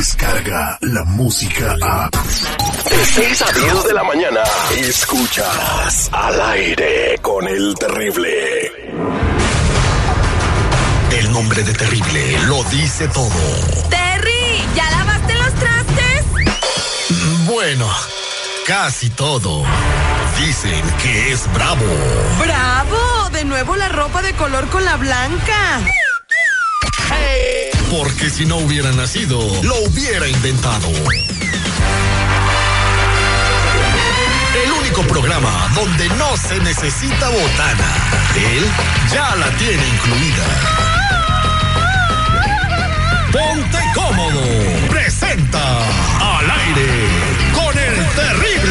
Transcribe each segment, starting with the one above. Escucha la música a. De 6 a 10 de la mañana. Escuchas al aire con el terrible. El nombre de terrible lo dice todo. Terry, ¿ya lavaste los trastes? Bueno, casi todo. Dicen que es bravo. ¡Bravo! De nuevo la ropa de color con la blanca. Porque si no hubiera nacido, lo hubiera inventado. El único programa donde no se necesita botana. Él ya la tiene incluida. Ponte cómodo. Presenta al aire con el terrible.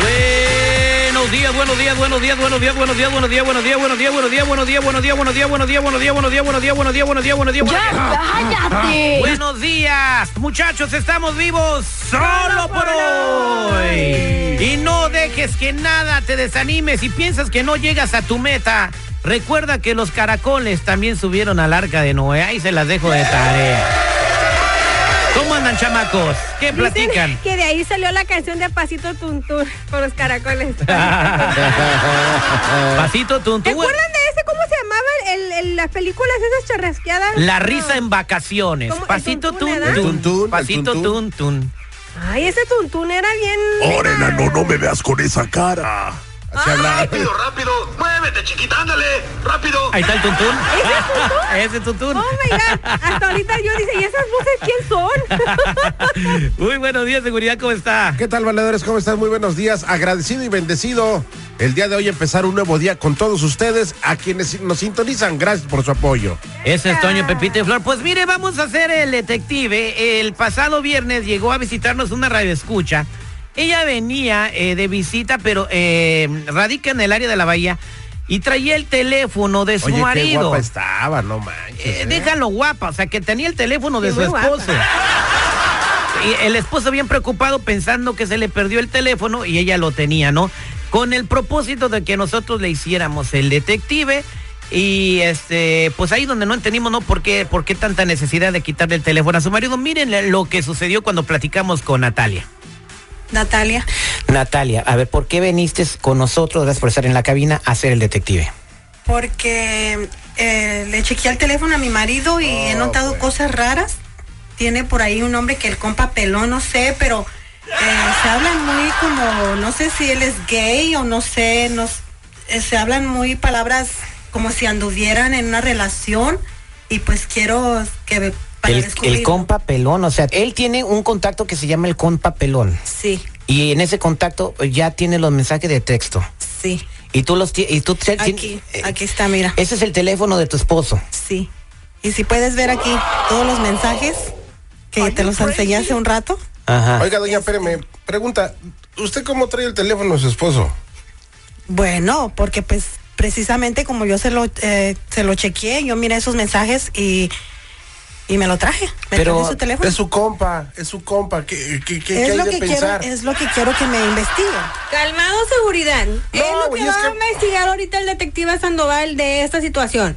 Buenos días, buenos días, buenos días, buenos días, buenos días, buenos días, buenos días, buenos días, buenos días, buenos días, buenos días, buenos días, buenos días, buenos días, buenos días, buenos días, buenos días, buenos días, buenos días. Buenos días, muchachos, estamos vivos solo por hoy. Y no dejes que nada te desanime si piensas que no llegas a tu meta. Recuerda que los caracoles también subieron al arca de Noé. Ahí se las dejo de tarea. ¿Cómo andan, chamacos? ¿Qué Dicen platican? que de ahí salió la canción de Pasito Tuntún por los caracoles. ¿Se Ah. Pasito tuntú. acuerdan de ese? ¿Cómo se llamaba el- el- las películas esas charrasqueadas? La risa en vacaciones. ¿Cómo? ¿El Pasito tuntún, eh? tun verdad? tun. El tuntún, el Pasito tun tuntún. tun. Ay, ese Tuntún era bien... Órena, no, no me veas con esa cara. Así hablaba. Rápido, rápido. Muévete, chiquita, ándale. Rápido. Ahí está el tuntún. Ah, Ese tuntún. Oh my God, hasta ahorita yo dice, ¿y esas voces quién son? Muy buenos días, seguridad, ¿cómo está? ¿Qué tal, valedores? ¿Cómo están? Muy buenos días. Agradecido y bendecido el día de hoy empezar un nuevo día con todos ustedes, a quienes nos sintonizan. Gracias por su apoyo. Ese es Toño Pepito y Flor. Pues mire, vamos a hacer el detective. El pasado viernes llegó a visitarnos una radioescucha. Ella venía eh, de visita, pero eh, radica en el área de la bahía y traía el teléfono de su Oye, qué marido. guapa estaba, no Eh, manches. ¿eh? déjalo guapa, o sea, que tenía el teléfono de Sí, su muy guapa. esposo. Y el esposo bien preocupado pensando que se le perdió el teléfono y ella lo tenía, ¿no? Con el propósito de que nosotros le hiciéramos el detective y este, pues ahí donde no entendimos, ¿no? ¿Por qué, por qué tanta necesidad de quitarle el teléfono a su marido? Miren lo que sucedió cuando platicamos con Natalia. Natalia, Natalia, a ver, ¿por qué viniste con nosotros, gracias por estar en la cabina, a hacer el detective? porque eh, le chequeé el teléfono a mi marido y Oh, he notado cosas raras. Tiene por ahí un hombre que el compa peló, no sé, pero eh, se hablan muy como, no sé si él es gay o no sé, no s- eh, se hablan muy palabras como si anduvieran en una relación y pues quiero que para El, descubrir. el compa pelón, o sea, él tiene un contacto que se llama el compa pelón. Sí, Y en ese contacto ya tiene los mensajes de texto. sí. Y tú los ti- y tú te- Aquí, eh, aquí está, mira. Ese es el teléfono de tu esposo. Sí. Y si puedes ver aquí todos los mensajes que te los enseñé hace un rato. Ajá. Oiga, doña, espéreme. Pregunta, ¿usted cómo trae el teléfono de su esposo? Bueno, porque pues precisamente como yo se lo eh, se lo chequeé, yo miré esos mensajes y y me lo traje. Me Pero traje su teléfono. Es su compa, es su compa. ¿Qué, qué, qué- qué Es hay lo de que quiero, pensar? es lo que quiero que me investigue. Calmado, seguridad. es lo güey, que es va a que- investigar ahorita el detective Sandoval de esta situación.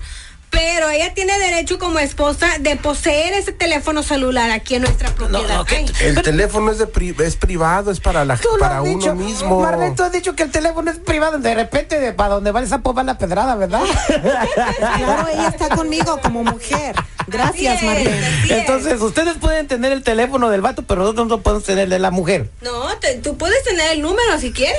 Pero ella tiene derecho como esposa de poseer ese teléfono celular aquí en nuestra propiedad. no, ¿qué- Ay. El teléfono es, de pri- es privado, es para, la, para uno mismo. Marlene, tú has dicho que el teléfono es privado. De repente, de para donde va el sapo va la pedrada, ¿verdad? Claro, ella está conmigo como mujer. Gracias, Así es, Marlene. así es. Entonces, ustedes pueden tener el teléfono del vato, pero nosotros no podemos tener el de la mujer. No, te- tú puedes tener el número si quieres.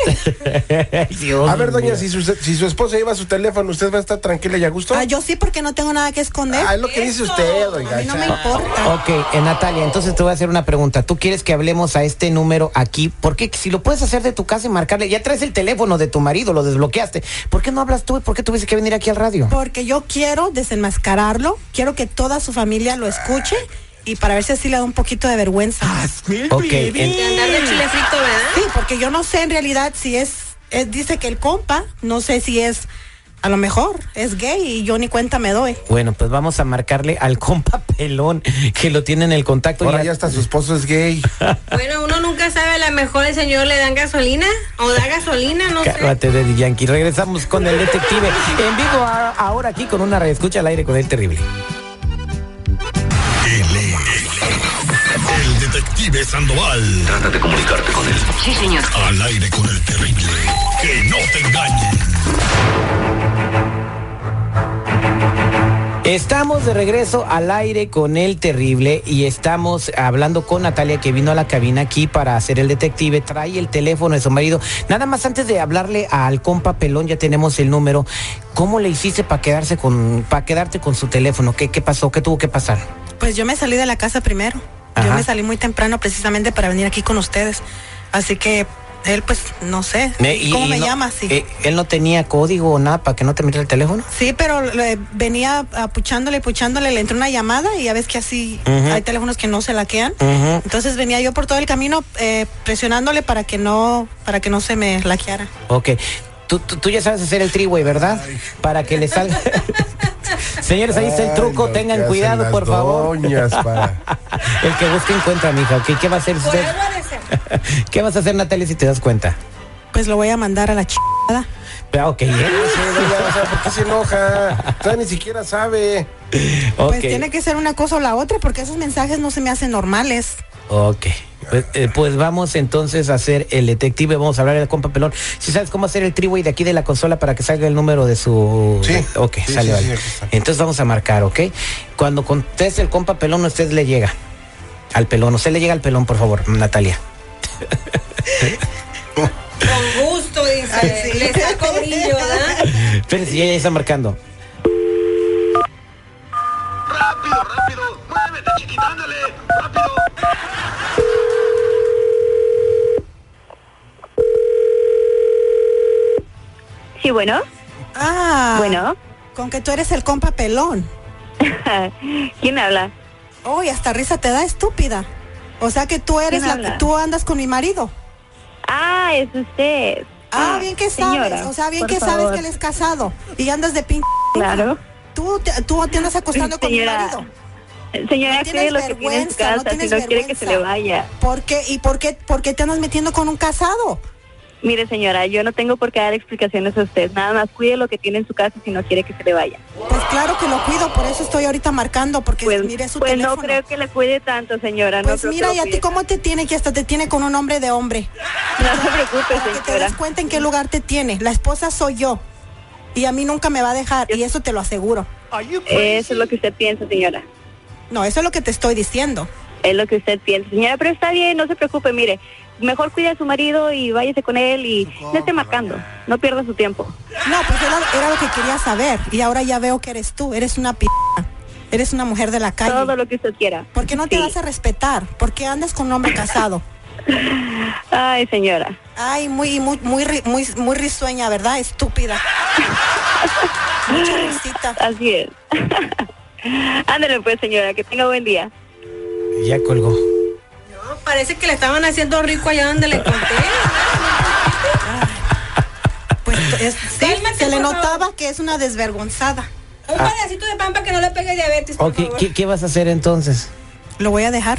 Dios A ver, doña, mío. si su, si su esposa lleva su teléfono, ¿usted va a estar tranquila y a gusto? Ah, yo sí porque no tengo nada que esconder. Ah, es lo que dice usted, oiga. a mí no ya. me importa. Ok, eh, Natalia, entonces te voy a hacer una pregunta. ¿Tú quieres que hablemos a este número aquí? Porque si lo puedes hacer de tu casa y marcarle, ya traes el teléfono de tu marido, lo desbloqueaste. ¿Por qué no hablas tú? y ¿Por qué tuviste que venir aquí al radio? Porque yo quiero desenmascararlo, quiero que toda su familia lo escuche y para ver si así le da un poquito de vergüenza. Ah, Ok, en- De andar de chile frito, ¿verdad? eh, Sí, porque yo no sé en realidad si es, es- dice que el compa, no sé si es A lo mejor es gay y yo ni cuenta me doy. Bueno, pues vamos a marcarle al compa pelón que lo tiene en el contacto. Ya- Ahora Pues ya hasta su esposo es gay. Bueno, uno nunca sabe, a lo mejor el señor le dan gasolina o da gasolina, no sé. Cálmate, Daddy Yankee. Regresamos con el detective en vivo a- ahora aquí con una escucha al aire con el terrible. Él es el detective Sandoval. Trata de comunicarte con él. Sí, señor. Al aire con el terrible. Que no te engañen. Estamos de regreso al aire con el terrible y estamos hablando con Natalia que vino a la cabina aquí para hacer el detective. Trae el teléfono de su marido. Nada más antes de hablarle al compa Pelón, ya tenemos el número. ¿Cómo le hiciste para quedarse con, para quedarte con su teléfono? ¿Qué, ¿Qué pasó? ¿Qué tuvo que pasar? Pues yo me salí de la casa primero. Yo Ajá. me salí muy temprano precisamente para venir aquí con ustedes. Así que él, pues, no sé. Me- y- ¿Cómo y me no- llama? Sí. eh, él no tenía código o nada para que no te metiera el teléfono. Sí, pero le- venía apuchándole, puchándole, le entró una llamada y ya ves que así Ujú. hay teléfonos que no se laquean. Ujú. Entonces venía yo por todo el camino eh, presionándole para que no, para que no se me laqueara. Ok. Tú, tú- tú ya sabes hacer el triway, ¿verdad? Para que le salga. Señores, ahí está el truco. Ay, lo que Tengan hacen cuidado, las por favor. doñas para- El que busca encuentra, mija. ok. ¿Qué va a hacer Por usted? algo ha de ser. ¿Qué vas a hacer, Natalia, si te das cuenta? Pues lo voy a mandar a la chingada. Ah, ok. Sí, ¿eh? doña, o sea, ¿Por qué se enoja? Todavía ni siquiera sabe. Ok. Pues tiene que ser una cosa o la otra porque esos mensajes no se me hacen normales. Ok. Pues, eh, pues vamos entonces a hacer el detective. Vamos a hablar del compa Pelón. Si sabes cómo hacer el triway de aquí de la consola para que salga el número de su. Sí. Ok, Sí, sale, sí, vale. sí, aquí está. entonces vamos a marcar, ¿ok? Cuando conteste el compa Pelón, usted le llega. Al pelón. Usted le llega al pelón, por favor, Natalia. Con gusto, dice. Le saco brillo, ¿verdad? Pero si ella ya está marcando. Rápido, rápido. Muévete, chiquita, ándale. Rápido. Sí, bueno, Ah. bueno. Con que tú eres el compa pelón. ¿Quién habla? Oh, y hasta risa te da estúpida. O sea que tú eres ¿Quién la que habla? tú andas con mi marido. Ah, es usted. Ah, bien que sabes. señora, o sea, bien por que sabes favor. que él es casado. Y andas de pin. Claro. Tú te, tú te andas acostando con mi Señora, marido. Señora, tienes cree lo que tiene en su vergüenza, no casa, si tienes no quiere que vergüenza. se le vaya. ¿Por qué? ¿Y por qué, por qué te andas metiendo con un casado? Mire, señora, yo no tengo por qué dar explicaciones a usted. Nada más cuide lo que tiene en su casa si no quiere que se le vaya. Pues claro que lo cuido, por eso estoy ahorita marcando, porque Pues, mire su pues teléfono. no creo que le cuide tanto, señora. no pues creo que mira, lo ¿y a ti cuide. cómo te tiene? Que hasta te tiene con un hombre de hombre. No se preocupe, Para Ah, que te Pues, señora. des cuenta en qué lugar te tiene. La esposa soy yo. Y a mí nunca me va a dejar, y eso te lo aseguro. Eso es lo que usted piensa, señora. No, eso es lo que te estoy diciendo. Es lo que usted piensa, señora. Pero está bien, no se preocupe, mire. Mejor cuide a su marido y váyase con él y no esté marcando. No pierda su tiempo. No, pues era, era lo que quería saber. Y ahora ya veo que eres tú. Eres una p. Eres una mujer de la calle. Todo lo que usted quiera. ¿Por qué no te Sí. vas a respetar? ¿Por qué andas con un hombre casado? Ay, señora. Ay, muy, muy, muy, ri- muy, muy risueña, ¿verdad? Estúpida. Mucha risita. Así es. Ándale pues, señora, que tenga buen día. Ya colgó. No, parece que le estaban haciendo rico allá donde le conté. Pues es- sí, Cálmate, se le por favor. notaba que es una desvergonzada. Un pedacito de pan para que no le pegue diabetes, por Ok, favor. ¿qué, qué vas a hacer entonces? Lo voy a dejar.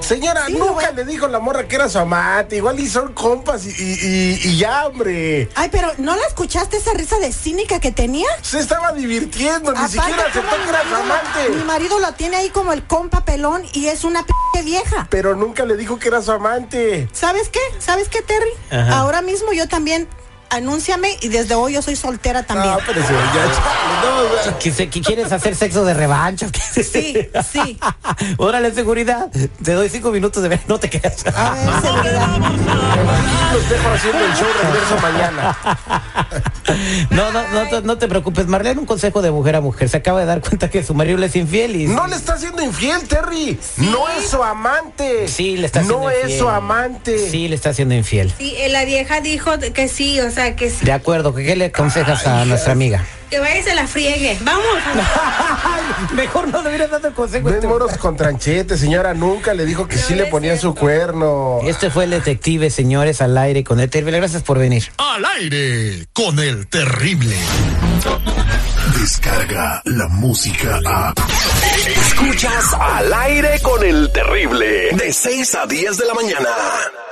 Señora, Sí, nunca güey. le dijo la morra que era su amante. Igual y son compas y, y- y- y ya, hombre. Ay, pero ¿no la escuchaste esa risa de cínica que tenía? Se estaba divirtiendo, ni Aparte, siquiera ¿cómo aceptó mi que era su marido la- Mi amante. marido la tiene ahí como el compa pelón y es una p vieja. Pero nunca le dijo que era su amante. ¿Sabes qué? ¿Sabes qué, Terry? Ajá. Ahora mismo yo también anúnciame y desde hoy yo soy soltera también. No, pero se ya chale, no, o sea, ¿Que, se- que quieres hacer sexo de revancha? Sí, sí. Órale, seguridad. Te doy cinco minutos de ver. No te quedas. A Ah, ver, seguridad. Los dejo haciendo el show, regreso mañana. No, no, no, te- no te preocupes. Marlene, un consejo de mujer a mujer. Se acaba de dar cuenta que su marido le es infiel y. No le está haciendo infiel, Terry. No es su amante. Sí, le está haciendo No infiel. es su amante. Sí, le está haciendo infiel. Sí, eh, la vieja dijo que sí, o sea, que sí. De acuerdo, ¿qué qué le aconsejas a nuestra amiga? Que vaya y se la friegue. Vamos. Mejor no le hubieras dado el consejo. Ven moros con tranchete, señora. Nunca le dijo que sí le ponía su cuerno. Este fue el detective, señores, al aire con el terrible. Gracias por venir. Al aire con el terrible. Descarga la música a. Escuchas al aire con el terrible de 6 a 10 de la mañana.